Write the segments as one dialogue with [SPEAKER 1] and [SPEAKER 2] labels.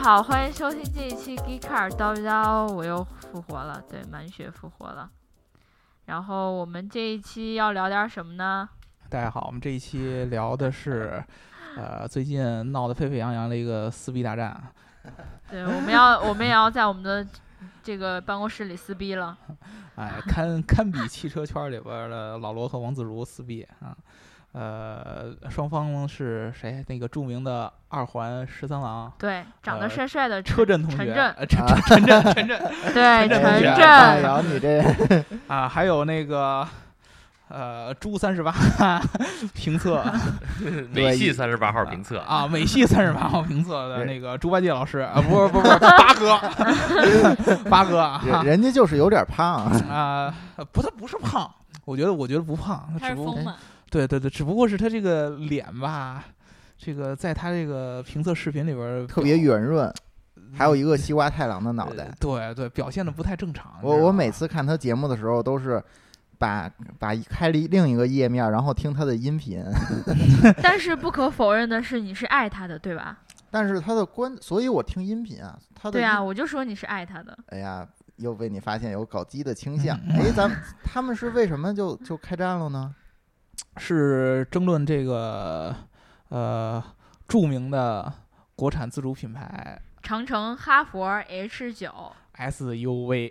[SPEAKER 1] 好，欢迎收听这一期《Geek Car 叨一叨》，我又复活了，对，满血复活了。然后我们这一期要聊点什么呢？
[SPEAKER 2] 大家好，我们这一期聊的是，呃，最近闹得沸沸扬扬的一个撕逼大战。
[SPEAKER 1] 对，我们 要，我们也要在我们的这个办公室里撕逼了。
[SPEAKER 2] 哎，堪堪比汽车圈里边的老罗和王自如撕逼啊。呃，双方是谁？那个著名的二环十三郎
[SPEAKER 1] 对，长得
[SPEAKER 2] 呃
[SPEAKER 1] 帅帅的
[SPEAKER 2] 车震同
[SPEAKER 1] 陈
[SPEAKER 2] 学，
[SPEAKER 1] 震
[SPEAKER 2] 呃陈陈震陈震
[SPEAKER 1] 对，
[SPEAKER 2] 陈
[SPEAKER 1] 陈
[SPEAKER 2] 震
[SPEAKER 3] 大
[SPEAKER 1] 震，
[SPEAKER 3] 姚， 你这
[SPEAKER 2] 啊，还有那个呃猪三十八评测
[SPEAKER 3] 对
[SPEAKER 4] 美系三十八号评测，
[SPEAKER 2] 啊，美系三十八号评测的
[SPEAKER 3] 对
[SPEAKER 2] 那个猪八戒老师啊，不是不是不是八哥，八哥啊
[SPEAKER 3] 人人家就是有点胖，
[SPEAKER 2] 啊，不，他不是胖，我觉得我觉得不胖，
[SPEAKER 5] 他
[SPEAKER 2] 他只
[SPEAKER 5] 是
[SPEAKER 2] 不过
[SPEAKER 5] 丰满，
[SPEAKER 2] 对对对，只不过是他这个脸吧，这个在他这个评测视频里边儿
[SPEAKER 3] 特别
[SPEAKER 2] 表
[SPEAKER 3] 圆润，还有一个西瓜太郎的脑袋
[SPEAKER 2] 呃。对对，表现的不太正常。知
[SPEAKER 3] 我
[SPEAKER 2] 道吧
[SPEAKER 3] 我每次看他节目的时候都是把把一开了一另一个页面，然后听他的音频。
[SPEAKER 1] 但是不可否认的是，你是爱他的，对吧？
[SPEAKER 3] 但是他的观，所以我听音频啊，
[SPEAKER 2] 哦
[SPEAKER 3] 他的
[SPEAKER 1] 对
[SPEAKER 3] 音
[SPEAKER 1] 啊，，我就说你是爱他的。
[SPEAKER 3] 哎呀，又被你发现有搞基的倾向。
[SPEAKER 2] 嗯
[SPEAKER 3] 哎，咱们他们是为什么就就开战 了呢？
[SPEAKER 2] 是争论这个呃著名的国产自主品牌
[SPEAKER 1] 长城、哈佛、H 九，
[SPEAKER 2] SUV，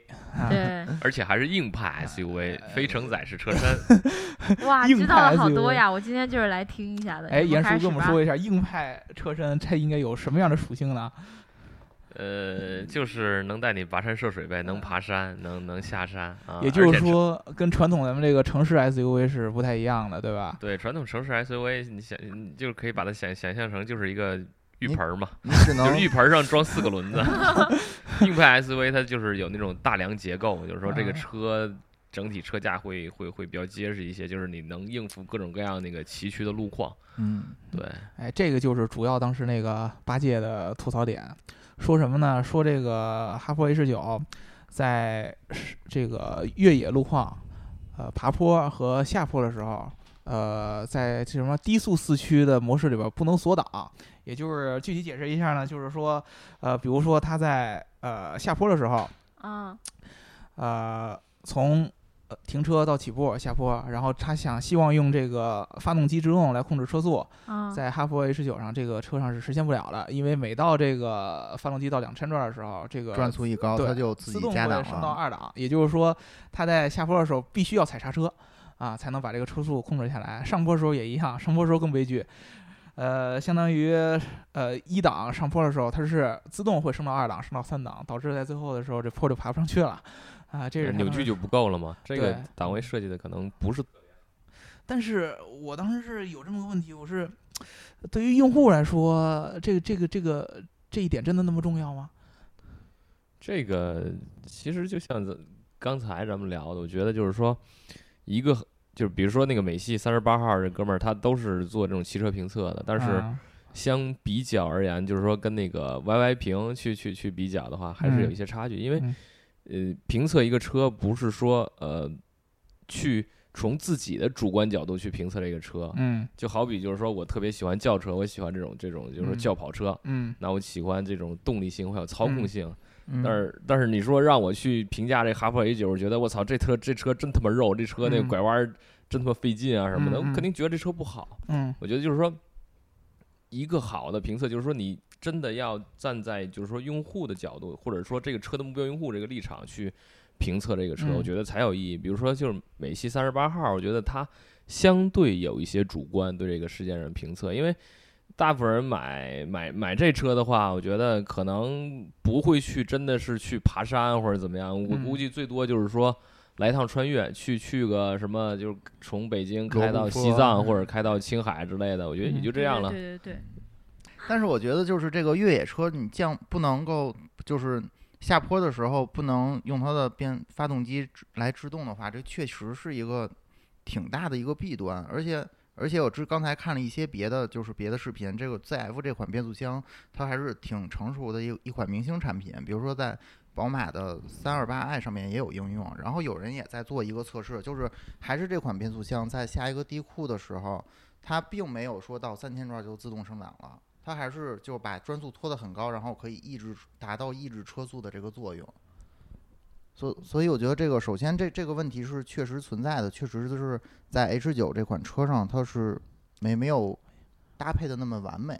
[SPEAKER 1] 对，
[SPEAKER 4] 而且还是硬派 SUV，非
[SPEAKER 2] 哎
[SPEAKER 4] 承载式车身。
[SPEAKER 1] 哇，
[SPEAKER 2] 硬
[SPEAKER 1] 知道了
[SPEAKER 2] 派
[SPEAKER 1] 好
[SPEAKER 2] SUV
[SPEAKER 1] 多呀！我今天就是来听一下的。
[SPEAKER 2] 哎，
[SPEAKER 1] 你
[SPEAKER 2] 严叔
[SPEAKER 1] 开
[SPEAKER 2] 跟我
[SPEAKER 1] 始
[SPEAKER 2] 们
[SPEAKER 1] 吧
[SPEAKER 2] 说一下硬派车身它应该有什么样的属性呢？
[SPEAKER 4] 呃，就是能带你跋山涉水呗，能爬 山，能能下山
[SPEAKER 1] 呃
[SPEAKER 4] 啊。
[SPEAKER 2] 也就
[SPEAKER 4] 而
[SPEAKER 2] 是
[SPEAKER 4] 且是，
[SPEAKER 2] 说，跟传统咱们这个城市 SUV 是不太一样的，对吧？
[SPEAKER 4] 对传统城市 SUV，你想你就是可以把它想想象成就是一个浴
[SPEAKER 3] 你
[SPEAKER 4] 盆儿嘛，
[SPEAKER 3] 你只
[SPEAKER 4] 就
[SPEAKER 2] 哦
[SPEAKER 3] 能
[SPEAKER 4] 是浴盆儿上装四个轮 子。硬派 SUV 它就是有那种大梁结构，就是说这个
[SPEAKER 2] 嗯
[SPEAKER 4] 车。整体车架会会会比较结实一些，就是你能应付各种各样那个崎岖的路况。
[SPEAKER 3] 嗯，
[SPEAKER 4] 对，
[SPEAKER 2] 哎，这个就是主要当时那个八戒的吐槽点，说什么呢？说这个哈弗 H 九在是这个越野路况，呃，爬坡和下坡的时候，呃，在这什么低速四驱的模式里边不能锁档，也就是具体解释一下呢，就是说，呃，比如说它在呃下坡的时候，
[SPEAKER 1] 嗯，
[SPEAKER 2] 呃，从呃停车到起步下坡，然后他想希望用这个发动机制动来控制车速，
[SPEAKER 1] 嗯，
[SPEAKER 2] 在哈弗 H 九上，这个车上是实现不了的，因为每到这个发动机到两千转的时候，这个
[SPEAKER 3] 转速一高，
[SPEAKER 2] 呃对
[SPEAKER 3] 他就自
[SPEAKER 2] 自
[SPEAKER 3] 己
[SPEAKER 2] 动
[SPEAKER 3] 加
[SPEAKER 2] 会
[SPEAKER 3] 档
[SPEAKER 2] 升到
[SPEAKER 3] 了。
[SPEAKER 2] 二档，也就是说，它在下坡的时候必须要踩刹车啊，才能把这个车速控制下来。上坡的时候也一样，上坡的时候更悲剧。呃，相当于呃一档上坡的时候，它是自动会升到二档，升到三档，导致在最后的时候这坡就爬不上去了啊。这是它
[SPEAKER 4] 扭
[SPEAKER 2] 当时
[SPEAKER 4] 矩就不够了嘛。这
[SPEAKER 2] 对
[SPEAKER 4] 个档位设计的可能不是
[SPEAKER 2] 但是我当时是有这么个问题，我是对于用户来说，这个这个这个这一点真的那么重要吗？
[SPEAKER 4] 这个其实就像咱刚才咱们聊的，我觉得就是说，一个就是比如说那个美系三十八号这哥们儿，他都是做这种汽车评测的，但是
[SPEAKER 2] 啊
[SPEAKER 4] 相比较而言，就是说跟那个 YY 评去去去比较的话，还是有一些差距，因为
[SPEAKER 2] 嗯
[SPEAKER 4] 呃，评测一个车不是说呃去。从自己的主观角度去评测这个车，
[SPEAKER 2] 嗯
[SPEAKER 4] 就好比就是说我特别喜欢轿车，我喜欢这种这种就是说
[SPEAKER 2] 嗯
[SPEAKER 4] 轿跑车，
[SPEAKER 2] 嗯
[SPEAKER 4] 那我喜欢这种动力性还有操控
[SPEAKER 2] 嗯
[SPEAKER 4] 性。
[SPEAKER 3] 嗯
[SPEAKER 4] 但是但是你说让我去评价这哈弗 H 九，我觉得我操这车这车真他妈肉，这车那个
[SPEAKER 2] 嗯
[SPEAKER 4] 拐弯儿真他妈费劲啊什么的，
[SPEAKER 2] 嗯
[SPEAKER 4] 我
[SPEAKER 2] 嗯
[SPEAKER 4] 肯定觉得这车不好。
[SPEAKER 2] 嗯
[SPEAKER 4] 我觉得就是说，一个好的评测就是说你真的要站在就是说用户的角度，或者说这个车的目标用户这个立场去评测这个车，
[SPEAKER 2] 嗯
[SPEAKER 4] 我觉得才有意义。比如说就是美系三十八号，我觉得它相对有一些主观对这个事件上评测，因为。大部分人买买买这车的话，我觉得可能不会去真的是去爬山或者怎么样，我
[SPEAKER 2] 嗯
[SPEAKER 4] 估计最多就是说来一趟穿越，去去个什么，就是从北京
[SPEAKER 3] 罗
[SPEAKER 4] 开
[SPEAKER 3] 布
[SPEAKER 4] 到西
[SPEAKER 3] 泊
[SPEAKER 4] 藏或者开到青海之类的，我觉得也
[SPEAKER 2] 嗯
[SPEAKER 4] 就这样了。
[SPEAKER 1] 对对对对，
[SPEAKER 3] 但是我觉得就是这个越野车，你降不能够就是下坡的时候不能用它的变发动机制来制动的话，这确实是一个挺大的一个弊端。而且而且我之刚才看了一些别的就是别的视频，这个 ZF 这款变速箱它还是挺成熟的一一款明星产品，比如说在。宝马的三二八 i 上面也有应用，然后有人也在做一个测试，就是还是这款变速箱在下一个地库的时候，它并没有说到三千转就自动升档了，它还是就把转速拖得很高，然后可以抑制达到抑制车速的这个作用。所所以我觉得这个首先这这个问题是确实存在的，确实就是在 H 九这款车上它是没没有搭配的那么完美，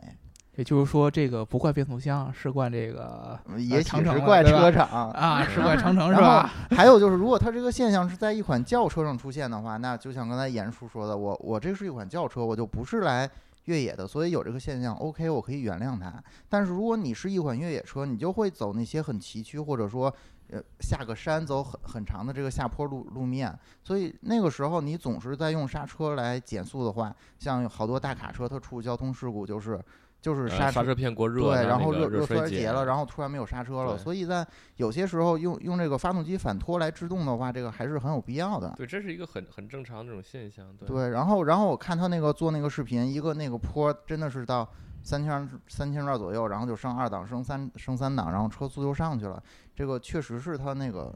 [SPEAKER 2] 也就是说，这个不怪变速箱，是怪这个
[SPEAKER 3] 也
[SPEAKER 2] 长
[SPEAKER 3] 许
[SPEAKER 2] 城
[SPEAKER 3] 是
[SPEAKER 2] 啊了
[SPEAKER 3] 怪
[SPEAKER 2] 对吧
[SPEAKER 3] 车厂
[SPEAKER 2] 啊，是怪长城是
[SPEAKER 3] 然后
[SPEAKER 2] 吧？
[SPEAKER 3] 还有就是，如果它这个现象是在一款轿车上出现的话，那就像刚才严叔说的，我我这是一款轿车，我就不是来越野的，所以有这个现象，OK，我可以原谅它。但是如果你是一款越野车，你就会走那些很崎岖，或者说呃下个山走很很长的这个下坡路路面，所以那个时候你总是在用刹车来减速的话，像有好多大卡车它出交通事故就是就是
[SPEAKER 4] 呃
[SPEAKER 3] 刹
[SPEAKER 4] 刹
[SPEAKER 3] 车
[SPEAKER 4] 车片过热，
[SPEAKER 3] 对，
[SPEAKER 4] 那
[SPEAKER 3] 然后
[SPEAKER 4] 个
[SPEAKER 3] 热
[SPEAKER 4] 热
[SPEAKER 3] 衰竭
[SPEAKER 4] 竭
[SPEAKER 3] 了，然后突然没有刹车了，
[SPEAKER 4] 对
[SPEAKER 3] 所以在有些时候用用这个发动机反拖来制动的话，这个还是很有必要的。
[SPEAKER 4] 对，这是一个很很正常的这种现象，对
[SPEAKER 3] 对，然后然后我看他那个做那个视频，一个那个坡真的是到三千三千转左右，然后就升二档，升三升三档，然后车速就上去了。这个确实是他那个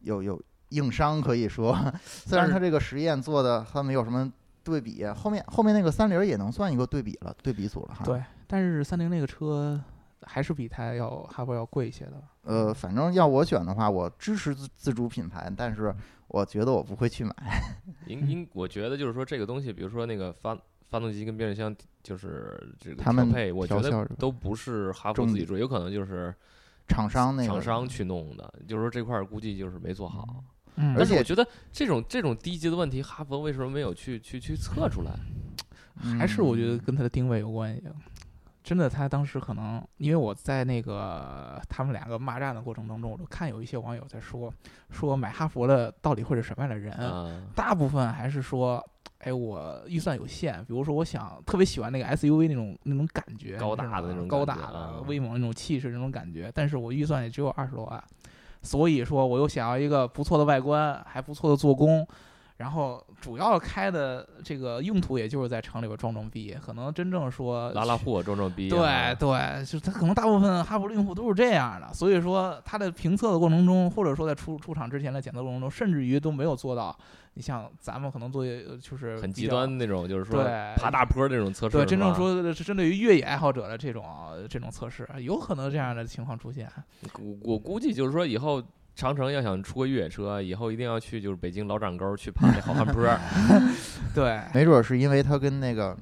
[SPEAKER 3] 有有硬伤，可以 说，虽
[SPEAKER 2] 但
[SPEAKER 3] 然
[SPEAKER 2] 是
[SPEAKER 3] 他这个实验做的他没有什么对比，后面后面那个三菱也能算一个对比了，对比组了哈。
[SPEAKER 2] 对， 但是三菱那个车还是比它要哈弗要贵一些的吧。
[SPEAKER 3] 呃，反正要我选的话，我支持自自主品牌，但是我觉得我不会去买。
[SPEAKER 4] 应应，我觉得就是说这个东西，比如说那个发发动机跟变速箱，就是这个
[SPEAKER 3] 他
[SPEAKER 4] 调
[SPEAKER 3] 们
[SPEAKER 4] 配，我觉
[SPEAKER 3] 调校
[SPEAKER 4] 得
[SPEAKER 3] 是吧
[SPEAKER 4] 都不是哈弗
[SPEAKER 3] 重
[SPEAKER 4] 自己
[SPEAKER 3] 点
[SPEAKER 4] 做，有可能就是
[SPEAKER 3] 厂商那个嗯
[SPEAKER 4] 厂商去弄的，就是说这块儿估计就是没做好。
[SPEAKER 2] 嗯
[SPEAKER 4] 但
[SPEAKER 3] 而
[SPEAKER 4] 是我
[SPEAKER 3] 且
[SPEAKER 4] 觉得这种这种低级的问题，哈佛为什么没有去去去测出来？
[SPEAKER 2] 嗯还是我觉得
[SPEAKER 3] 嗯
[SPEAKER 2] 跟它的定位有关系。真的，他当时可能因为我在那个他们两个骂战的过程当中，我就看有一些网友在说，说买哈佛的到底会是什么样的人？
[SPEAKER 3] 嗯
[SPEAKER 4] 啊，
[SPEAKER 2] 大部分还是说，哎，我预算有限，比如说我想特别喜欢那个 SUV 那种那种感觉，
[SPEAKER 4] 高
[SPEAKER 2] 你知
[SPEAKER 4] 大
[SPEAKER 2] 道吗
[SPEAKER 4] 的那种
[SPEAKER 2] 高大
[SPEAKER 4] 感觉啊
[SPEAKER 2] 的威猛那种气势那种感觉，但是我预算也只有二十多万，所以说我又想要一个不错的外观，还不错的做工。然后主要开的这个用途，也就是在城里边装装逼，可能真正
[SPEAKER 3] 呃
[SPEAKER 2] 说
[SPEAKER 4] 拉拉货装装逼啊，
[SPEAKER 2] 对对，就是它可能大部分哈弗的用户都是这样的，所以说它的评测的过程中，或者说在出出厂之前的检测过程中，甚至于都没有做到。你像咱们可能做呃就是
[SPEAKER 4] 很
[SPEAKER 2] 比
[SPEAKER 4] 极
[SPEAKER 2] 较
[SPEAKER 4] 端那种，就是说
[SPEAKER 2] 对
[SPEAKER 4] 爬大坡那种测试，
[SPEAKER 2] 对，真正
[SPEAKER 4] 是吧
[SPEAKER 2] 说的是针对于越野爱好者的这种这种测试，有可能这样的情况出现。
[SPEAKER 4] 我我估计就是说以后。长城要想出个越野车，以后一定要去就是北京老掌沟去爬那好汉坡儿，
[SPEAKER 2] 对，
[SPEAKER 3] 没准儿是因为它跟那个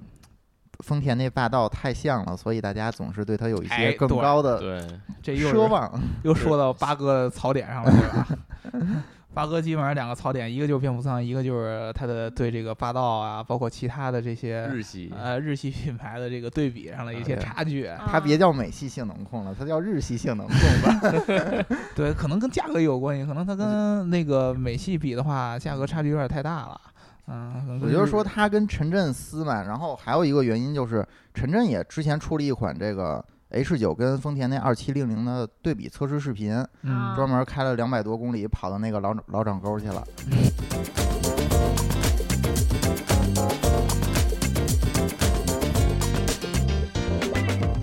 [SPEAKER 3] 丰田那霸道太像了，所以大家总是对它有一
[SPEAKER 2] 哎
[SPEAKER 3] 些更
[SPEAKER 2] 对
[SPEAKER 3] 高的
[SPEAKER 4] 对，
[SPEAKER 2] 这又是
[SPEAKER 3] 奢望。
[SPEAKER 2] 又说到八哥的槽点上了，对吧？ 八哥基本上两个槽点，一个就是蝙蝠桑，一个就是他的对这个霸道啊，包括其他的这些
[SPEAKER 4] 日系
[SPEAKER 2] 呃日系品牌的这个对比上的一些
[SPEAKER 3] 哎呀
[SPEAKER 2] 差距，
[SPEAKER 1] 啊
[SPEAKER 3] 它别叫美系性能控了，它叫日系性能控吧。
[SPEAKER 2] 对，可能跟价格有关系，可能它跟那个美系比的话，价格差距有点太大了。嗯，可能
[SPEAKER 3] 我
[SPEAKER 2] 跟
[SPEAKER 3] 就是
[SPEAKER 2] 日
[SPEAKER 3] 说它跟陈震撕嘛，然后还有一个原因就是陈震也之前出了一款这个 H 九跟丰田那二七零零的对比测试视频，
[SPEAKER 2] 嗯，
[SPEAKER 1] 啊
[SPEAKER 3] 专门开了两百多公里，跑到那个老老掌沟去了。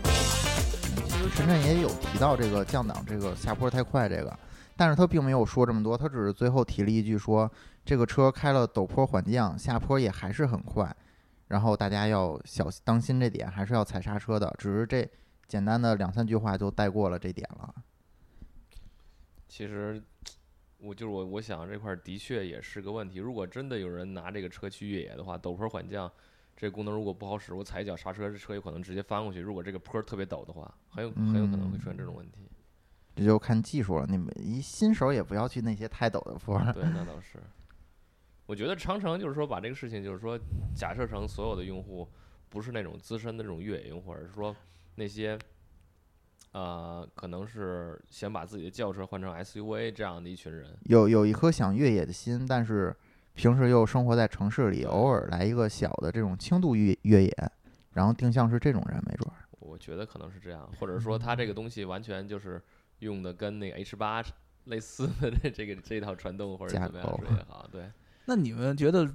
[SPEAKER 3] 其实陈震也有提到这个降档，这个下坡太快这个，但是他并没有说这么多，他只是最后提了一句说，这个车开了陡坡缓降，下坡也还是很快，然后大家要小心当心这点，还是要踩刹车的，只是这简单的两三句话就带过了这点了。
[SPEAKER 4] 其实，我就是我，我想这块儿的确也是个问题。如果真的有人拿这个车去越野的话，陡坡缓降这功能如果不好使，我踩一脚刹车，这车有可能直接翻过去。如果这个坡儿特别陡的话，很有很有可能会出现这种问题。
[SPEAKER 3] 这就看技术了。你们一新手也不要去那些太陡的坡儿。
[SPEAKER 4] 对，那倒是。我觉得长城就是说把这个事情，就是说假设成所有的用户不是那种资深的这种越野用户，而是说那些呃，可能是想把自己的轿车换成 SUV 这样的一群人。
[SPEAKER 3] 有有一颗想越野的心，但是平时又生活在城市里，
[SPEAKER 4] 对
[SPEAKER 3] 偶尔来一个小的这种轻度越越野，然后定向是这种人，没准儿。
[SPEAKER 4] 我觉得可能是这样，或者说它这个东西完全就是用的跟那个 H 八类似的这这个这套传动或者
[SPEAKER 3] 架
[SPEAKER 4] 怎么样
[SPEAKER 3] 构
[SPEAKER 4] 说也好，对，
[SPEAKER 2] 那你们觉得，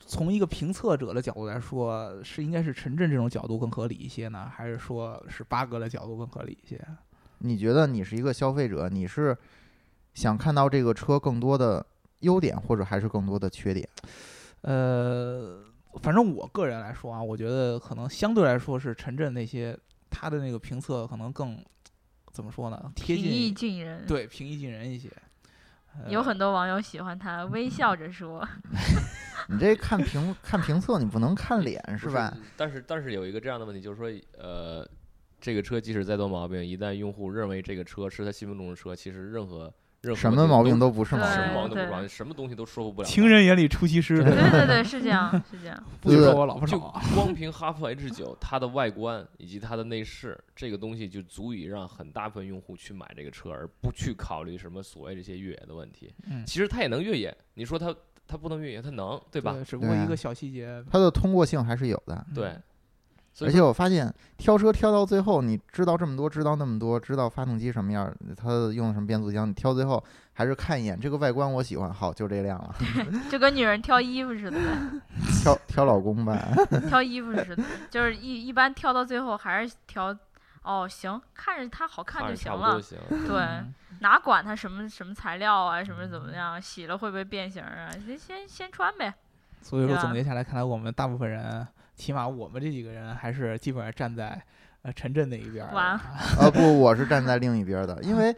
[SPEAKER 2] 从一个评测者的角度来说，是应该是陈震这种角度更合理一些呢，还是说是八哥的角度更合理一些？
[SPEAKER 3] 你觉得你是一个消费者，你是想看到这个车更多的优点，或者还是更多的缺点？
[SPEAKER 2] 呃，反正我个人来说啊，我觉得可能相对来说是陈震那些他的那个评测可能更怎么说呢，贴
[SPEAKER 1] 平易
[SPEAKER 2] 近
[SPEAKER 1] 近人。，
[SPEAKER 2] 对平易近人一些。呃
[SPEAKER 1] 有很多网友喜欢他，
[SPEAKER 4] 嗯
[SPEAKER 1] 微笑着说
[SPEAKER 3] 你这看评看评测，你不能看脸是
[SPEAKER 4] 不
[SPEAKER 3] 吧？？
[SPEAKER 4] 但是但是有一个这样的问题，就是说，呃，这个车即使再多毛病，一旦用户认为这个车是他心目中的车，其实任何任何
[SPEAKER 3] 什么毛病
[SPEAKER 4] 都
[SPEAKER 3] 都不是毛
[SPEAKER 4] 什么
[SPEAKER 1] 对
[SPEAKER 4] 毛病
[SPEAKER 3] 病，
[SPEAKER 4] 都不装，什么东西都说服不了他。
[SPEAKER 2] 情人眼里出西施，：“
[SPEAKER 1] 对
[SPEAKER 2] 吧
[SPEAKER 1] 对对，是这样，是这样。
[SPEAKER 2] 不许
[SPEAKER 3] 对
[SPEAKER 2] 说我老啊婆
[SPEAKER 4] 就
[SPEAKER 3] 啊
[SPEAKER 2] 少。
[SPEAKER 4] 光凭哈弗 H 九，它的外观以及它的内饰，这个东西就足以让很大部分用户去买这个车，而不去考虑什么所谓这些越野的问题。
[SPEAKER 2] 嗯
[SPEAKER 4] 其实它也能越野，你说它它不能越野，它能，对吧？
[SPEAKER 2] 对，只不过
[SPEAKER 3] 对
[SPEAKER 2] 一
[SPEAKER 3] 啊
[SPEAKER 2] 个小细节。
[SPEAKER 3] 它的通过性还是有的。
[SPEAKER 2] 嗯
[SPEAKER 4] 对，所
[SPEAKER 3] 而
[SPEAKER 4] 以
[SPEAKER 3] 且我发现挑车挑到最后，你知道这么多，知道那么多，知道发动机什么样，它用什么变速箱，你挑最后还是看一眼这个外观我喜欢，好就这辆 了。
[SPEAKER 1] 就跟女人挑衣服似的呗，
[SPEAKER 3] 挑挑老公吧，
[SPEAKER 1] 挑衣服似的，就是一一般挑到最后还是挑，哦，行，看着它好看
[SPEAKER 4] 看
[SPEAKER 1] 就
[SPEAKER 4] 着
[SPEAKER 1] 行
[SPEAKER 4] 差不多
[SPEAKER 1] 了
[SPEAKER 4] 就。行。
[SPEAKER 1] 对，
[SPEAKER 2] 嗯
[SPEAKER 1] 哪管它什么什么材料啊，什么怎
[SPEAKER 4] 嗯
[SPEAKER 1] 么样，洗了会不会变形啊？先先先穿呗。
[SPEAKER 2] 所以
[SPEAKER 1] 对
[SPEAKER 2] 说
[SPEAKER 1] 啊
[SPEAKER 2] 总结下来，看来我们大部分人，起码我们这几个人还是基本上站在呃陈震那一边儿的。
[SPEAKER 1] 哇
[SPEAKER 3] 啊不，我是站在另一边的，因为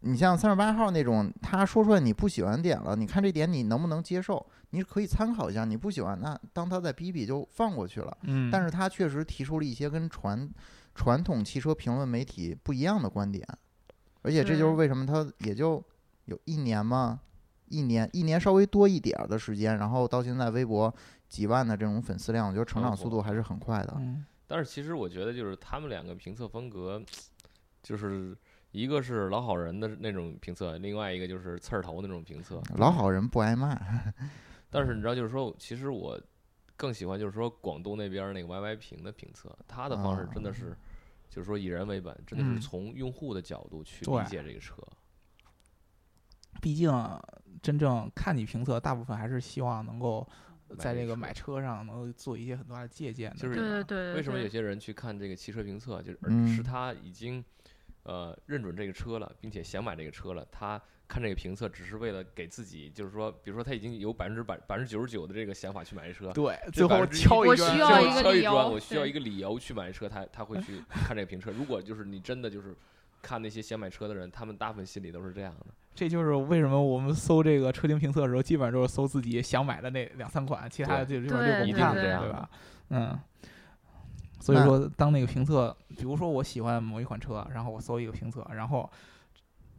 [SPEAKER 3] 你像三十八号那种，他说出来你不喜欢点了，你看这点你能不能接受，你可以参考一下，你不喜欢那当他再逼逼就放过去了。
[SPEAKER 2] 嗯，
[SPEAKER 3] 但是他确实提出了一些跟传传统汽车评论媒体不一样的观点，而且这就是
[SPEAKER 1] 对
[SPEAKER 3] 为什么他也就有一年嘛，一年一年稍微多一点儿的时间，然后到现在微博几万的这种粉丝量，我觉得成长速度还是很快的。
[SPEAKER 2] 嗯
[SPEAKER 4] 但是其实我觉得就是他们两个评测风格，就是一个是老好人的那种评测，另外一个就是刺儿头那种评测。
[SPEAKER 3] 老好人不挨骂，
[SPEAKER 4] 但是你知道，就是说，其实我更喜欢就是说广东那边儿那个 YY 评的评测，他的方式真的是，就是说以人为本，真的
[SPEAKER 2] 嗯
[SPEAKER 4] 是从用户的角度去
[SPEAKER 2] 对
[SPEAKER 4] 理解这个车。
[SPEAKER 2] 毕竟真正看你评测，大部分还是希望能够在这个买
[SPEAKER 4] 买
[SPEAKER 2] 车上能够做一些很大的借鉴的。
[SPEAKER 4] 就是啊
[SPEAKER 1] 对对对对
[SPEAKER 4] 为什么有
[SPEAKER 1] 对，
[SPEAKER 4] 些人去看这个汽车评测，就是而
[SPEAKER 3] 嗯
[SPEAKER 4] 是他已经呃认准这个车了，并且想买这个车了，他看这个评测只是为了给自己，就是说，比如说他已经有百分之百百分之九十九的这个想法去买这车。
[SPEAKER 2] 对，最
[SPEAKER 4] 这
[SPEAKER 2] 后
[SPEAKER 4] 1%
[SPEAKER 2] 敲
[SPEAKER 1] 我
[SPEAKER 2] 一圈
[SPEAKER 1] 需
[SPEAKER 4] 最
[SPEAKER 1] 要
[SPEAKER 4] 后
[SPEAKER 1] 一个
[SPEAKER 4] 敲
[SPEAKER 1] 理
[SPEAKER 4] 一砖
[SPEAKER 1] 由
[SPEAKER 4] 我需要
[SPEAKER 1] 对
[SPEAKER 4] 一个理由去买车，他他会 去看这个评测。如果就是你真的就是看那些想买车的人，他们大部分心里都是这样的。
[SPEAKER 2] 这就是为什么我们搜这个车型评测的时候，基本上就是搜自己想买的那两三款，其他的就基本上就
[SPEAKER 1] 对
[SPEAKER 2] 不
[SPEAKER 1] 对
[SPEAKER 2] 看
[SPEAKER 1] 对
[SPEAKER 2] 了，
[SPEAKER 1] 对
[SPEAKER 2] 对吧？嗯。所以
[SPEAKER 3] 那
[SPEAKER 2] 说，当那个评测，比如说我喜欢某一款车，然后我搜一个评测，然后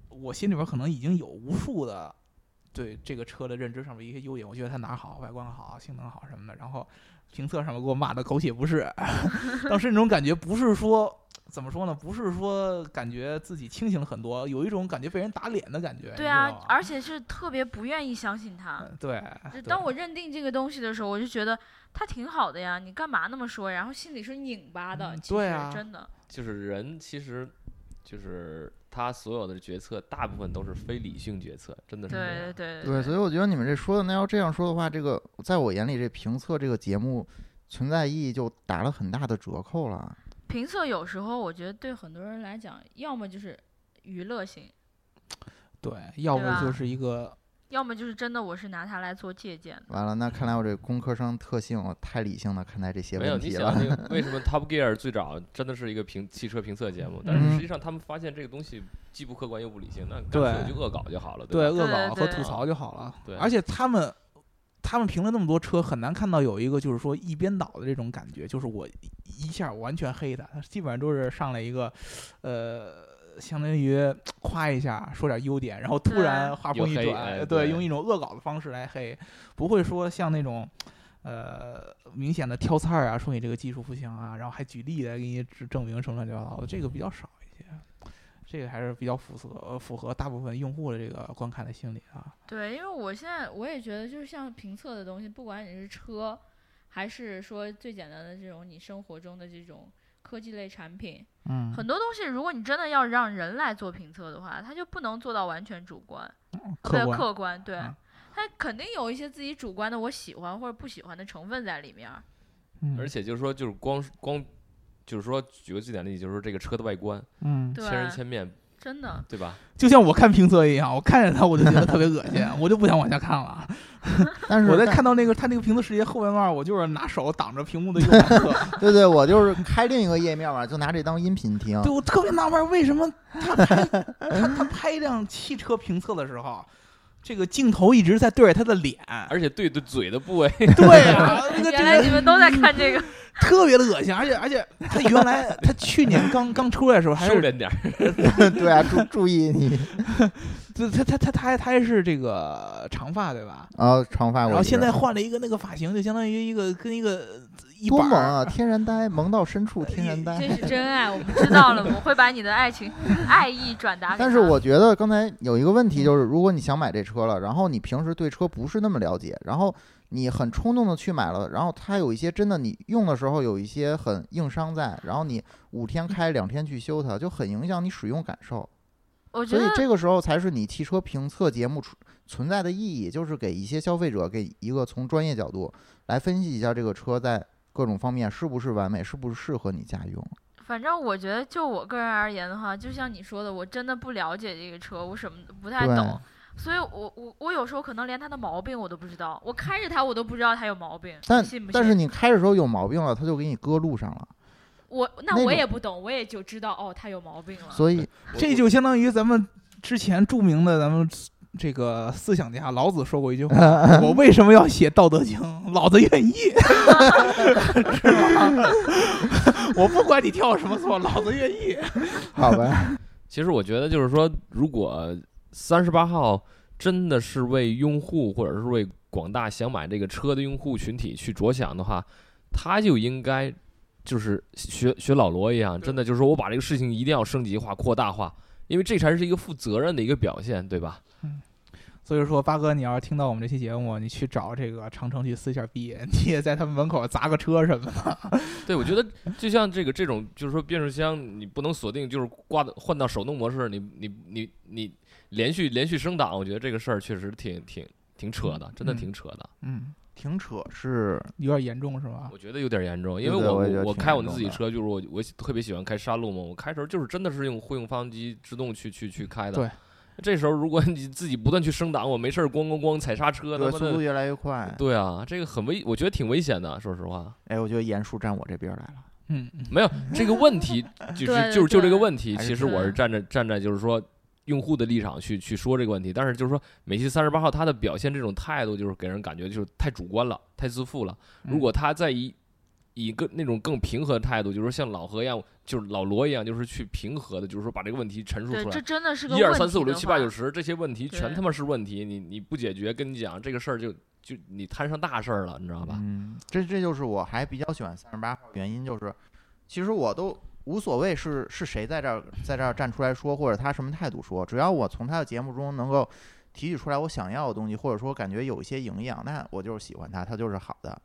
[SPEAKER 2] 我心里边可能已经有无数的对这个车的认知上面一些优点，我觉得它哪儿好，外观好，性能好什么的，然后评测上面给我骂的狗血不是， 当时那种感觉不是说怎么说呢，不是说感觉自己清醒了很多，有一种感觉被人打脸的感觉。你知
[SPEAKER 1] 对
[SPEAKER 2] 道
[SPEAKER 1] 啊
[SPEAKER 2] 吗，
[SPEAKER 1] 而且是特别不愿意相信他。
[SPEAKER 2] 嗯对
[SPEAKER 1] 就，
[SPEAKER 2] 对
[SPEAKER 1] 当我认定这个东西的时候，我就觉得它挺好的呀，你干嘛那么说？然后心里是拧巴的，
[SPEAKER 2] 嗯
[SPEAKER 1] 其
[SPEAKER 2] 对
[SPEAKER 1] 实
[SPEAKER 2] 啊
[SPEAKER 1] 真的，
[SPEAKER 4] 就是人其实就是他所有的决策，大部分都是非理性决策，真的是这样。
[SPEAKER 1] 对对对
[SPEAKER 3] 对，所以我觉得你们这说的，那要这样说的话，这个在我眼里，这评测这个节目存在意义就打了很大的折扣了。
[SPEAKER 1] 评测有时候我觉得对很多人来讲，要么就是娱乐性，
[SPEAKER 2] 对，要
[SPEAKER 1] 对吧
[SPEAKER 2] 不就是一个
[SPEAKER 1] 要么就是真的我是拿它来做借鉴的。
[SPEAKER 3] 完了，那看来我这工科生特性，我太理性的看待这些
[SPEAKER 4] 没有，
[SPEAKER 3] 问
[SPEAKER 4] 你
[SPEAKER 3] 题
[SPEAKER 4] 想
[SPEAKER 3] 了。
[SPEAKER 4] 那 个为什么 Top Gear 最早真的是一个评汽车评测节目，但是实际上他们发现这个东西既不客观又不理性，那干脆
[SPEAKER 2] 嗯对
[SPEAKER 4] 就恶搞就好了，
[SPEAKER 2] 对
[SPEAKER 4] 吧？
[SPEAKER 2] 恶
[SPEAKER 1] 对
[SPEAKER 2] 搞
[SPEAKER 1] 对
[SPEAKER 2] 和吐槽就好了。
[SPEAKER 4] 对
[SPEAKER 2] 而且他们他们评了那么多车，很难看到有一个就是说一边倒的这种感觉，就是我一下完全黑的，他基本上都是上来一个，呃，相当于夸一下，说点优点，然后突然
[SPEAKER 1] 对
[SPEAKER 2] 话锋一
[SPEAKER 4] 又黑哎
[SPEAKER 2] 转，对，
[SPEAKER 4] 对
[SPEAKER 2] 用一种恶搞的方式来黑，不会说像那种。呃，明显的挑刺儿啊，说你这个技术不行啊，然后还举例来给你指证明什么乱七八糟的，这个比较少一些，这个还是比较符合呃符合大部分用户的这个观看的心理啊。
[SPEAKER 1] 对，因为我现在我也觉得，就是像评测的东西，不管你是车，还是说最简单的这种你生活中的这种科技类产品，
[SPEAKER 2] 嗯，
[SPEAKER 1] 很多东西，如果你真的要让人来做评测的话，它就不能做到完全主观。对啊
[SPEAKER 2] 客观，
[SPEAKER 1] 客观，对
[SPEAKER 3] 啊
[SPEAKER 2] 嗯，
[SPEAKER 1] 他肯定有一些自己主观的我喜欢或者不喜欢的成分在里面儿。
[SPEAKER 2] 嗯
[SPEAKER 4] 而且就是说，就是光光，就是说，举个最简单的例子，就是说这个车的外观
[SPEAKER 2] 嗯，
[SPEAKER 1] 对啊
[SPEAKER 4] 千，人千面，
[SPEAKER 1] 真的，
[SPEAKER 4] 对吧？
[SPEAKER 2] 就像我看评测一样，我看着它我就觉得特别恶心，我就不想往下看了。
[SPEAKER 3] 但是
[SPEAKER 2] 我在
[SPEAKER 3] 但
[SPEAKER 2] 看到那个它那个评测视野后半段，我就是拿手挡着屏幕的右半侧，
[SPEAKER 3] 对对，我就是开另一个页面嘛，就拿这当音频听
[SPEAKER 2] 对。我特别纳闷儿，为什么他拍他他拍一辆汽车评测的时候，这个镜头一直在对着他的脸，
[SPEAKER 3] 哎
[SPEAKER 4] 而且对对嘴的部位，
[SPEAKER 2] 对啊，那个这
[SPEAKER 1] 原来你
[SPEAKER 2] 个
[SPEAKER 1] 们都在看 这个，
[SPEAKER 2] 特别的恶心，而且而且他原来他去年刚刚出来的时候还
[SPEAKER 4] 收
[SPEAKER 2] 是
[SPEAKER 4] 敛点儿。
[SPEAKER 3] 对啊，注注意你
[SPEAKER 2] 对他他他他还他还是这个长发对吧？
[SPEAKER 3] 啊，长发我。
[SPEAKER 2] 然后现在换了一个那个发型，就相当于一个跟一个呃一
[SPEAKER 3] 多
[SPEAKER 2] 板
[SPEAKER 3] 萌
[SPEAKER 2] 儿。
[SPEAKER 3] 啊！天然呆，萌到深处天然呆。
[SPEAKER 1] 这是真爱，我们知道了，我们会把你的爱情爱意转达给他。
[SPEAKER 3] 但是我觉得刚才有一个问题就是，如果你想买这车了，然后你平时对车不是那么了解，然后你很冲动的去买了，然后它有一些真的你用的时候有一些很硬伤在，然后你五天开两天去修它，就很影响你使用感受。
[SPEAKER 1] 我觉
[SPEAKER 3] 所以
[SPEAKER 1] 得
[SPEAKER 3] 这个时候才是你汽车评测节目出存在的意义，就是给一些消费者给一个从专业角度来分析一下这个车在各种方面是不是完美，是不是适合你家用。
[SPEAKER 1] 反正我觉得，就我个人而言的话，就像你说的，我真的不了解这个车，我什么都不太
[SPEAKER 3] 对
[SPEAKER 1] 懂，所以我我我有时候可能连它的毛病我都不知道，我开着它我都不知道它有毛病，
[SPEAKER 3] 但
[SPEAKER 1] 你信不信？
[SPEAKER 3] 但是你开的时候有毛病了，它就给你搁路上了，
[SPEAKER 1] 我那
[SPEAKER 3] 那
[SPEAKER 1] 我
[SPEAKER 3] 种
[SPEAKER 1] 也不懂，我也就知道哦，它有毛病了。
[SPEAKER 3] 所以
[SPEAKER 2] 这就相当于咱们之前著名的咱们这个思想家老子说过一 句话：“我为什么要写《道德经》？老子愿意， 是吗？我不管你挑什么错，老子愿意。
[SPEAKER 3] 好 吧，
[SPEAKER 4] 其实我觉得就是说，如果三十八号真的是为用户或者是为广大想买这个车的用户群体去着想的话，他就应该就是学学老罗一样，真的就是说我把这个事情一定要升级化、扩大化，因为这才是一个负责任的一个表现，对吧？”
[SPEAKER 2] 所以说，八哥，你要是听到我们这期节目，你去找这个长城去撕一下逼，你也在他们门口砸个车什么的。
[SPEAKER 4] 对，我觉 得就像这个这种，就是说变速箱你不能锁定，就是挂到换到手动模式，你你你你连续连续升档，我觉得这个事儿确实挺挺挺扯的，真的
[SPEAKER 2] 嗯
[SPEAKER 4] 挺扯的。
[SPEAKER 2] 嗯，
[SPEAKER 3] 停车是
[SPEAKER 2] 有点严重是吧？
[SPEAKER 4] 我觉得有点严重，因为
[SPEAKER 3] 对对
[SPEAKER 4] 我
[SPEAKER 3] 我也觉
[SPEAKER 4] 我
[SPEAKER 3] 得
[SPEAKER 4] 我
[SPEAKER 3] 挺
[SPEAKER 4] 开
[SPEAKER 3] 严
[SPEAKER 4] 我们自己
[SPEAKER 3] 重的
[SPEAKER 4] 车，就是我我特别喜欢开山路嘛，我开时候就是真的是用会用发动机自动去去去开的。
[SPEAKER 2] 对，
[SPEAKER 4] 这时候如果你自己不断去升档，我没事儿咣咣咣踩刹车，他
[SPEAKER 3] 对
[SPEAKER 4] 妈
[SPEAKER 3] 速度
[SPEAKER 4] 的，
[SPEAKER 3] 越来越快。
[SPEAKER 4] 对啊，这个很危，我觉得挺危险的，说实话。
[SPEAKER 3] 哎，我觉得严叔站我这边来了，
[SPEAKER 2] 嗯，嗯
[SPEAKER 4] 没有这个问 题，就
[SPEAKER 1] 对
[SPEAKER 4] 是就是就这个
[SPEAKER 1] 对
[SPEAKER 4] 问题，
[SPEAKER 3] 还
[SPEAKER 4] 其
[SPEAKER 3] 是
[SPEAKER 4] 实我是站着站在就是说用户的立场去去说这个问题，但是就是说美系三十八号他的表现这种态度，就是给人感觉就是太主观了，太自负了。如
[SPEAKER 2] 嗯
[SPEAKER 4] 果他再以以更那种更平和的态度，就是说像老何一样，就是老罗一样，就是去平和的，就是说把这个问题陈述
[SPEAKER 1] 对，
[SPEAKER 4] 出
[SPEAKER 1] 这
[SPEAKER 4] 来。
[SPEAKER 1] 真的是个
[SPEAKER 4] 一二
[SPEAKER 1] 问
[SPEAKER 4] 三四
[SPEAKER 1] 题
[SPEAKER 4] 五六
[SPEAKER 1] 的
[SPEAKER 4] 七八
[SPEAKER 1] 话
[SPEAKER 4] 九十这些问题全
[SPEAKER 1] 对
[SPEAKER 4] 他妈是问题，你你不解决，跟你讲这个事儿就就你摊上大事儿了，你知道
[SPEAKER 3] 好
[SPEAKER 4] 吧？
[SPEAKER 3] 嗯，这这就是我还比较喜欢三十八号原因，就是其实我都无所谓是是谁在这儿在这儿站出来说，或者他什么态度说，只要我从他的节目中能够提取出来我想要的东西，或者说感觉有一些营养，那我就是喜欢他，他就是好的。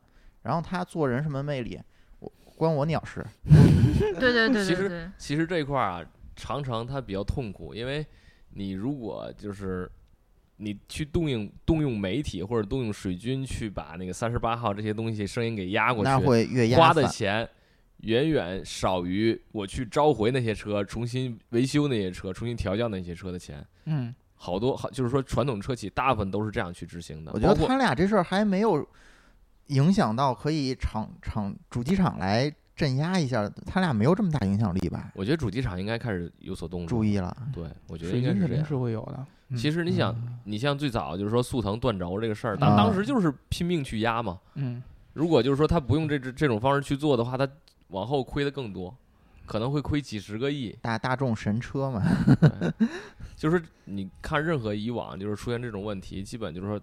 [SPEAKER 3] 然后他做人什么魅力，我关我鸟事。
[SPEAKER 1] 对对对对
[SPEAKER 4] 其实
[SPEAKER 1] 对，
[SPEAKER 4] 其实这一块儿啊，常常它比较痛苦，因为你如果就是你去动用动用媒体或者动用水军去把那个三十八号这些东西声音给压过
[SPEAKER 3] 那
[SPEAKER 4] 去，
[SPEAKER 3] 会越压
[SPEAKER 4] 花的
[SPEAKER 3] 散
[SPEAKER 4] 钱远远少于我去召回那些车、重新维修那些车、重新调教那些车的钱。
[SPEAKER 2] 嗯，
[SPEAKER 4] 好多好，就是说传统车企大部分都是这样去执行的。
[SPEAKER 3] 我觉得
[SPEAKER 4] 包括
[SPEAKER 3] 他俩这事儿还没有影响到可以厂厂主机厂来镇压一下，他俩没有这么大影响力吧？
[SPEAKER 4] 我觉得主机厂应该开始有所动作。
[SPEAKER 3] 注意了，
[SPEAKER 4] 对，我觉得
[SPEAKER 2] 水
[SPEAKER 4] 应该
[SPEAKER 2] 军肯
[SPEAKER 4] 是这
[SPEAKER 2] 定
[SPEAKER 4] 样。
[SPEAKER 2] 是会有的。嗯
[SPEAKER 4] 其实你想，你像最早就是说速腾断轴这个事儿，当当
[SPEAKER 3] 啊。
[SPEAKER 4] 时就是拼命去压嘛。
[SPEAKER 2] 嗯，
[SPEAKER 4] 如果就是说他不用这这这种方式去做的话，他往后亏的更多，可能会亏几十个亿
[SPEAKER 3] 大大众神车嘛，
[SPEAKER 4] 对就是你看任何以往就是出现这种问题，基本就是说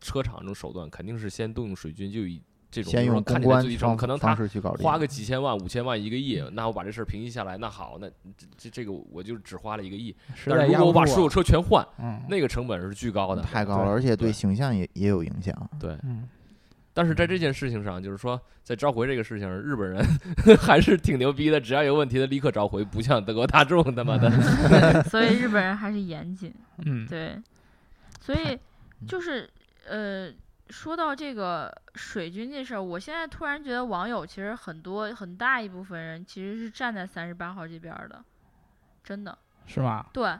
[SPEAKER 4] 车厂这种手段肯定是先动用水军，就以 这种
[SPEAKER 3] 先
[SPEAKER 4] 就是说
[SPEAKER 3] 用公
[SPEAKER 4] 看起来
[SPEAKER 3] 关
[SPEAKER 4] 最低成
[SPEAKER 3] 方
[SPEAKER 4] 本，可能
[SPEAKER 3] 方
[SPEAKER 4] 他
[SPEAKER 3] 式去搞定，
[SPEAKER 4] 花个几千万、五千万、一个亿，那我把这事儿平息下来，那好，那这这这个我就只花了一个亿。
[SPEAKER 2] 实
[SPEAKER 4] 但
[SPEAKER 2] 在
[SPEAKER 4] 是如
[SPEAKER 2] 压
[SPEAKER 4] 果
[SPEAKER 2] 不
[SPEAKER 4] 我把
[SPEAKER 2] 住
[SPEAKER 4] 所有
[SPEAKER 2] 啊
[SPEAKER 4] 车全换，
[SPEAKER 2] 嗯
[SPEAKER 4] 那个成本是巨高的。
[SPEAKER 3] 嗯太高
[SPEAKER 2] 对
[SPEAKER 3] 了，而且对
[SPEAKER 4] 对
[SPEAKER 3] 形象也也有影响。
[SPEAKER 4] 对，
[SPEAKER 2] 嗯，
[SPEAKER 4] 但是在这件事情上，就是说，在召回这个事情，日本人 还是挺牛逼的，只要有问题，他立刻召回，不像德国大众他妈的。
[SPEAKER 1] 所以日本人还是严谨。
[SPEAKER 2] 嗯，
[SPEAKER 1] 对，所以就是呃，说到这个水军这事儿，我现在突然觉得网友其实很多很大一部分人其实是站在三十八号这边儿的，真的，
[SPEAKER 2] 是吧？
[SPEAKER 1] 对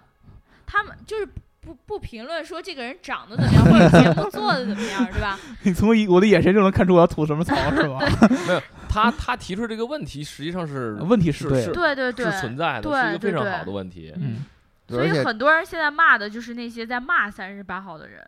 [SPEAKER 1] 他们就是不不评论说这个人长得怎么样，或者节目做的怎么样，对吧？
[SPEAKER 2] 你从一我的眼神就能看出我要吐什么槽， 是吧？
[SPEAKER 4] 他他提出这个问题，实际上是
[SPEAKER 2] 啊问题
[SPEAKER 4] 是
[SPEAKER 2] 对
[SPEAKER 4] 是
[SPEAKER 2] 的，
[SPEAKER 1] 对对对，
[SPEAKER 4] 是存在的，
[SPEAKER 1] 对
[SPEAKER 4] 是一个非
[SPEAKER 1] 对
[SPEAKER 4] 常
[SPEAKER 1] 对
[SPEAKER 4] 好的问题。
[SPEAKER 2] 嗯，
[SPEAKER 1] 所
[SPEAKER 3] 而
[SPEAKER 1] 以
[SPEAKER 3] 且
[SPEAKER 1] 很多人现在骂的就是那些在骂三十八号的人，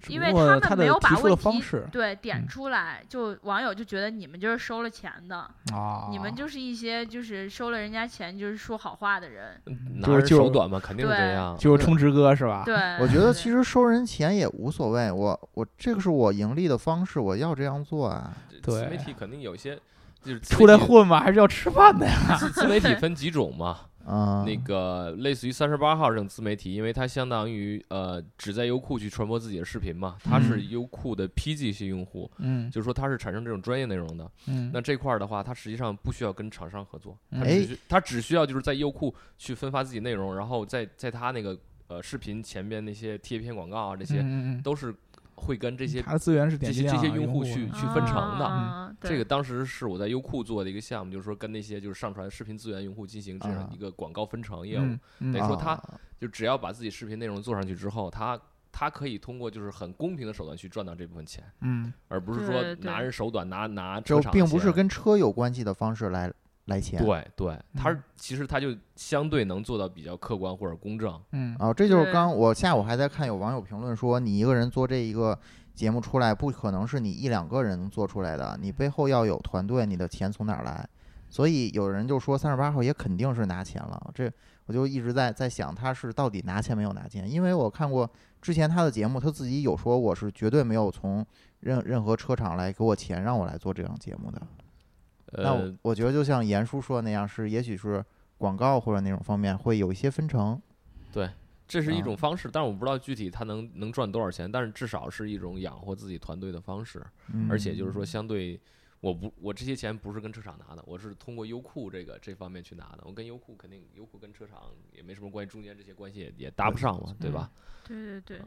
[SPEAKER 2] 只
[SPEAKER 1] 因
[SPEAKER 2] 不
[SPEAKER 1] 为
[SPEAKER 2] 过
[SPEAKER 1] 们
[SPEAKER 2] 他
[SPEAKER 1] 没
[SPEAKER 2] 的
[SPEAKER 1] 有把
[SPEAKER 2] 提出的
[SPEAKER 1] 问
[SPEAKER 2] 方
[SPEAKER 1] 题
[SPEAKER 2] 式
[SPEAKER 1] 对点
[SPEAKER 2] 嗯
[SPEAKER 1] 出来，就网友就觉得你们就是收了钱的，
[SPEAKER 2] 啊，
[SPEAKER 1] 你们就是一些就是收了人家钱就是说好话的人，
[SPEAKER 2] 就
[SPEAKER 4] 嗯拿
[SPEAKER 2] 是
[SPEAKER 4] 人
[SPEAKER 2] 就
[SPEAKER 4] 手
[SPEAKER 2] 是
[SPEAKER 4] 短嘛，肯定是这
[SPEAKER 1] 对
[SPEAKER 4] 样。
[SPEAKER 2] 就是充值哥是吧？
[SPEAKER 1] 对，
[SPEAKER 3] 我觉得其
[SPEAKER 1] 实
[SPEAKER 3] 实收人钱也无所谓，我我这个是我盈利的方式，我要这样做啊。
[SPEAKER 2] 对
[SPEAKER 4] 自媒体肯定有些就是自
[SPEAKER 2] 出来
[SPEAKER 4] 媒体
[SPEAKER 2] 混嘛，还是要吃饭的呀？
[SPEAKER 4] 自自媒体分几种嘛？
[SPEAKER 3] 嗯，
[SPEAKER 4] 那个类似于三十八号这种自媒体，因为它相当于呃只在优酷去传播自己的视频嘛，它是优酷的 PG 系用户，
[SPEAKER 2] 嗯
[SPEAKER 4] 就是说它是产生这种专业内容的。
[SPEAKER 2] 嗯
[SPEAKER 4] 那这块儿的话，它实际上不需要跟厂商合作，它
[SPEAKER 3] 哎
[SPEAKER 4] 只需它只需要就是在优酷去分发自己内容，然后在在它那个呃视频前边那些贴片广告啊这些，
[SPEAKER 2] 嗯嗯
[SPEAKER 4] 都是会跟这些
[SPEAKER 3] 嗯
[SPEAKER 2] 他的资源是
[SPEAKER 4] 这
[SPEAKER 2] 点
[SPEAKER 4] 些
[SPEAKER 2] 击
[SPEAKER 4] 这
[SPEAKER 2] 量
[SPEAKER 4] 些
[SPEAKER 2] 啊
[SPEAKER 4] 用户
[SPEAKER 2] 户
[SPEAKER 4] 去
[SPEAKER 2] 啊
[SPEAKER 4] 去分成的
[SPEAKER 1] 嗯、对
[SPEAKER 4] 这个当时是我在优酷做的一个项目，就是说跟那些就是上传视频资源用户进行这样一个广告分成业务，
[SPEAKER 2] 嗯嗯
[SPEAKER 4] 等于说
[SPEAKER 3] 啊
[SPEAKER 4] 他就只要把自己视频内容做上去之后，他他可以通过就是很公平的手段去赚到这部分钱，
[SPEAKER 2] 嗯
[SPEAKER 4] 而不是
[SPEAKER 1] 对
[SPEAKER 4] 说
[SPEAKER 1] 对
[SPEAKER 4] 拿人手短拿拿
[SPEAKER 3] 就
[SPEAKER 4] 车厂的
[SPEAKER 3] 并不是
[SPEAKER 4] 钱
[SPEAKER 3] 跟车有关系的方式来来钱。
[SPEAKER 4] 对对，他
[SPEAKER 2] 嗯
[SPEAKER 4] 其实他就相对能做到比较客观或者公正，
[SPEAKER 2] 嗯
[SPEAKER 3] 啊，这就是
[SPEAKER 1] 对
[SPEAKER 3] 刚我下午还在看有网友评论说，你一个人做这一个节目出来，不可能是你一两个人能做出来的，你背后要有团队，你的钱从哪儿来？所以有人就说三十八号也肯定是拿钱了，这我就一直在在想他是到底拿钱没有拿钱，因为我看过之前他的节目，他自己有说我是绝对没有从任任何车厂来给我钱让我来做这档节目的。那我
[SPEAKER 4] 呃，
[SPEAKER 3] 我觉得就像严叔说的那样，是也许是广告或者那种方面会有一些分成。
[SPEAKER 4] 这是一
[SPEAKER 3] 啊
[SPEAKER 4] 种方式，但是我不知道具体他能能赚多少钱，但是至少是一种养活自己团队的方式。
[SPEAKER 3] 嗯
[SPEAKER 4] 而且就是说，相对我不我这些钱不是跟车厂拿的，我是通过优酷这个这方面去拿的。我跟优酷肯定优酷跟车厂也没什么关系，中间这些关系也也搭不上嘛，对吧？啊
[SPEAKER 1] 对对对，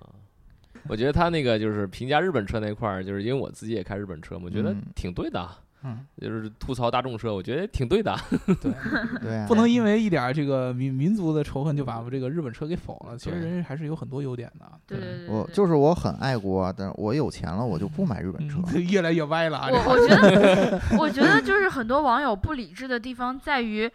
[SPEAKER 4] 我觉得他那个就是评价日本车那块儿，就是因为我自己也开日本车嘛，我觉得
[SPEAKER 3] 嗯
[SPEAKER 4] 挺对的啊，
[SPEAKER 2] 嗯，
[SPEAKER 4] 就是吐槽大众车，我觉得挺对的啊。
[SPEAKER 3] 对啊、
[SPEAKER 2] 不能因为一点这个民民族的仇恨就把我这个日本车给否了。其实
[SPEAKER 4] 对
[SPEAKER 2] 人家还是有很多优点的。
[SPEAKER 1] 对对对，
[SPEAKER 3] 我
[SPEAKER 1] 嗯对
[SPEAKER 3] 就是我很爱国，啊但是我有钱了我就不买日本车。
[SPEAKER 2] 嗯， 越来越歪了啊！这
[SPEAKER 1] 我我觉得，我觉得就是很多网友不理智的地方在于，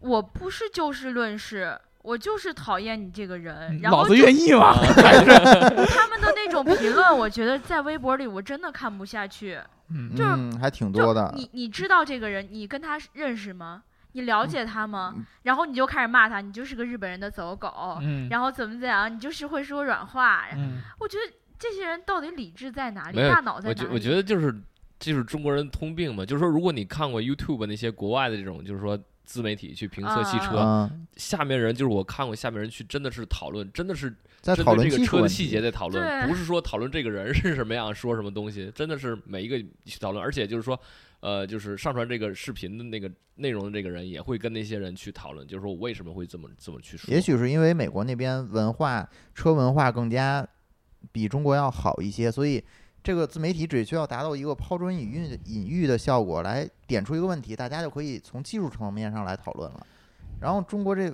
[SPEAKER 1] 我不是就事论事，我就是讨厌你这个人，然
[SPEAKER 2] 嗯老
[SPEAKER 1] 后
[SPEAKER 2] 子
[SPEAKER 1] 就
[SPEAKER 2] 愿意
[SPEAKER 4] 啊
[SPEAKER 2] 嘛。
[SPEAKER 1] 他们的那种评论，我觉得在微博里我真的看不下 去。
[SPEAKER 2] 嗯
[SPEAKER 1] 就是
[SPEAKER 3] 嗯，还挺
[SPEAKER 1] 就
[SPEAKER 3] 多的。
[SPEAKER 1] 你你知道这个人，你跟他是认识吗？你
[SPEAKER 3] 嗯
[SPEAKER 1] 了解他吗？然后你就开始骂他，你就是个日本人的走狗，
[SPEAKER 2] 嗯
[SPEAKER 1] 然后怎么怎么样，你就是会说软话。
[SPEAKER 2] 嗯
[SPEAKER 1] 我觉得这些人到底理智在哪里，
[SPEAKER 4] 没有
[SPEAKER 1] 大脑在
[SPEAKER 4] 我
[SPEAKER 1] 哪
[SPEAKER 4] 觉
[SPEAKER 1] 里？
[SPEAKER 4] 我觉得就是就是中国人通病嘛，就是说如果你看过 YouTube 那些国外的这种，就是说自媒体去评测汽
[SPEAKER 1] 啊
[SPEAKER 4] 车，
[SPEAKER 3] 嗯，
[SPEAKER 4] 下面人就是我看过下面人去真的是讨论，真的是
[SPEAKER 3] 在
[SPEAKER 4] 针
[SPEAKER 3] 讨
[SPEAKER 4] 对
[SPEAKER 3] 论
[SPEAKER 4] 这
[SPEAKER 3] 技
[SPEAKER 4] 个
[SPEAKER 3] 术
[SPEAKER 4] 车
[SPEAKER 3] 问
[SPEAKER 4] 的
[SPEAKER 3] 题
[SPEAKER 4] 细节在讨论，
[SPEAKER 1] 对
[SPEAKER 4] 不是说讨论这个人是什么样，说什么东西，真的是每一个去讨论，而且就是说，呃，就是上传这个视频的那个内容的这个人也会跟那些人去讨论，就是说我为什么会这么这么去说，
[SPEAKER 3] 也许是因为美国那边文化车文化更加比中国要好一些，所以这个自媒体只需要达到一个抛砖引玉的引玉的效果，来点出一个问题，大家就可以从技术层面上来讨论了。然后中国这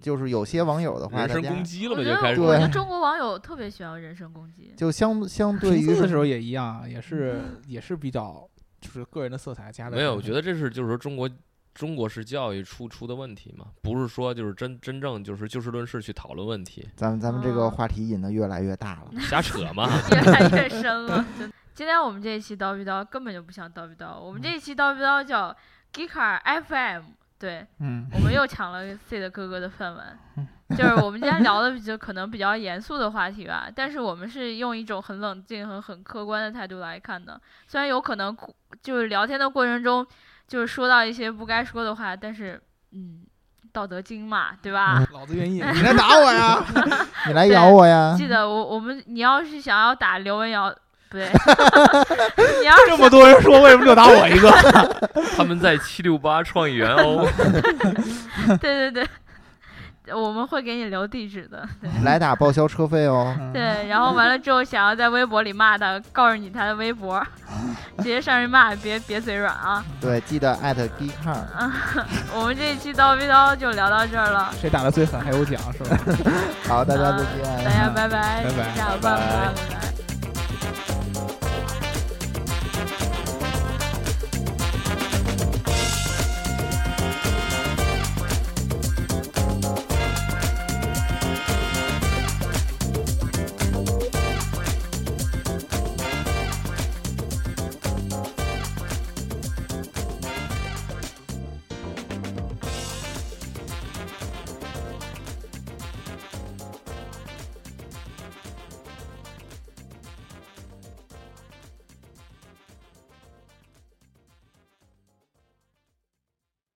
[SPEAKER 3] 就是有些网友的话，
[SPEAKER 4] 人
[SPEAKER 3] 大
[SPEAKER 4] 身
[SPEAKER 3] 家嗯
[SPEAKER 4] 攻击了
[SPEAKER 1] 我
[SPEAKER 4] 嘛
[SPEAKER 1] 觉
[SPEAKER 4] 就
[SPEAKER 1] 得
[SPEAKER 4] 开始
[SPEAKER 1] 我觉得
[SPEAKER 3] 对
[SPEAKER 1] 中国网友特别喜欢人身攻击。
[SPEAKER 3] 就相相对
[SPEAKER 2] 评
[SPEAKER 3] 于
[SPEAKER 2] 测的
[SPEAKER 3] 是
[SPEAKER 2] 时候也一样啊，也是也是比较就是个人的色彩加的。
[SPEAKER 4] 没有，我觉
[SPEAKER 2] 得
[SPEAKER 4] 得这是就是说中国中国式教育出出的问题嘛，不是说就是真真正就是就事论事去讨论问题，
[SPEAKER 3] 咱们咱们这个
[SPEAKER 1] 啊
[SPEAKER 3] 话题引的越来越大了。
[SPEAKER 4] 瞎扯嘛。
[SPEAKER 1] 越来越深了。真的今天我们这一期叨逼叨根本就不像叨逼叨，我们
[SPEAKER 4] 嗯
[SPEAKER 1] 这一期叨逼叨叫 Geeker FM，对
[SPEAKER 2] 嗯
[SPEAKER 1] 我们又抢了 C 的哥哥的饭碗。就是我们今天聊的比较可能比较严肃的话题吧，但是我们是用一种很冷静和很客观的态度来看的。虽然有可能哭就是聊天的过程中，就是说到一些不该说的话，但是嗯，道德经嘛，对吧？
[SPEAKER 2] 老子愿意。
[SPEAKER 3] 你来打我呀！你来咬我呀！
[SPEAKER 1] 记得我我们你要是想要打刘文瑶，不对， 你要
[SPEAKER 2] 这么多人说，为什么就打我一个？
[SPEAKER 4] 他们在七六八创意园哦，
[SPEAKER 1] 对对对， 我们会给你留地址的。
[SPEAKER 3] 来打报销车费哦。
[SPEAKER 2] 嗯，
[SPEAKER 1] 对，然后完了之后想要在微博里骂他，告诉你他的微博， 直接上去骂，别别嘴软啊！
[SPEAKER 3] 对，记得艾特 g e c a r
[SPEAKER 1] 我们这一期叨逼叨就聊到这儿了，
[SPEAKER 2] 谁打的最狠还有奖是吧？
[SPEAKER 3] 好，大家再
[SPEAKER 1] 嗯
[SPEAKER 3] 见。
[SPEAKER 1] 大家拜拜，
[SPEAKER 2] 拜拜
[SPEAKER 1] 下午
[SPEAKER 2] 拜拜
[SPEAKER 1] 拜拜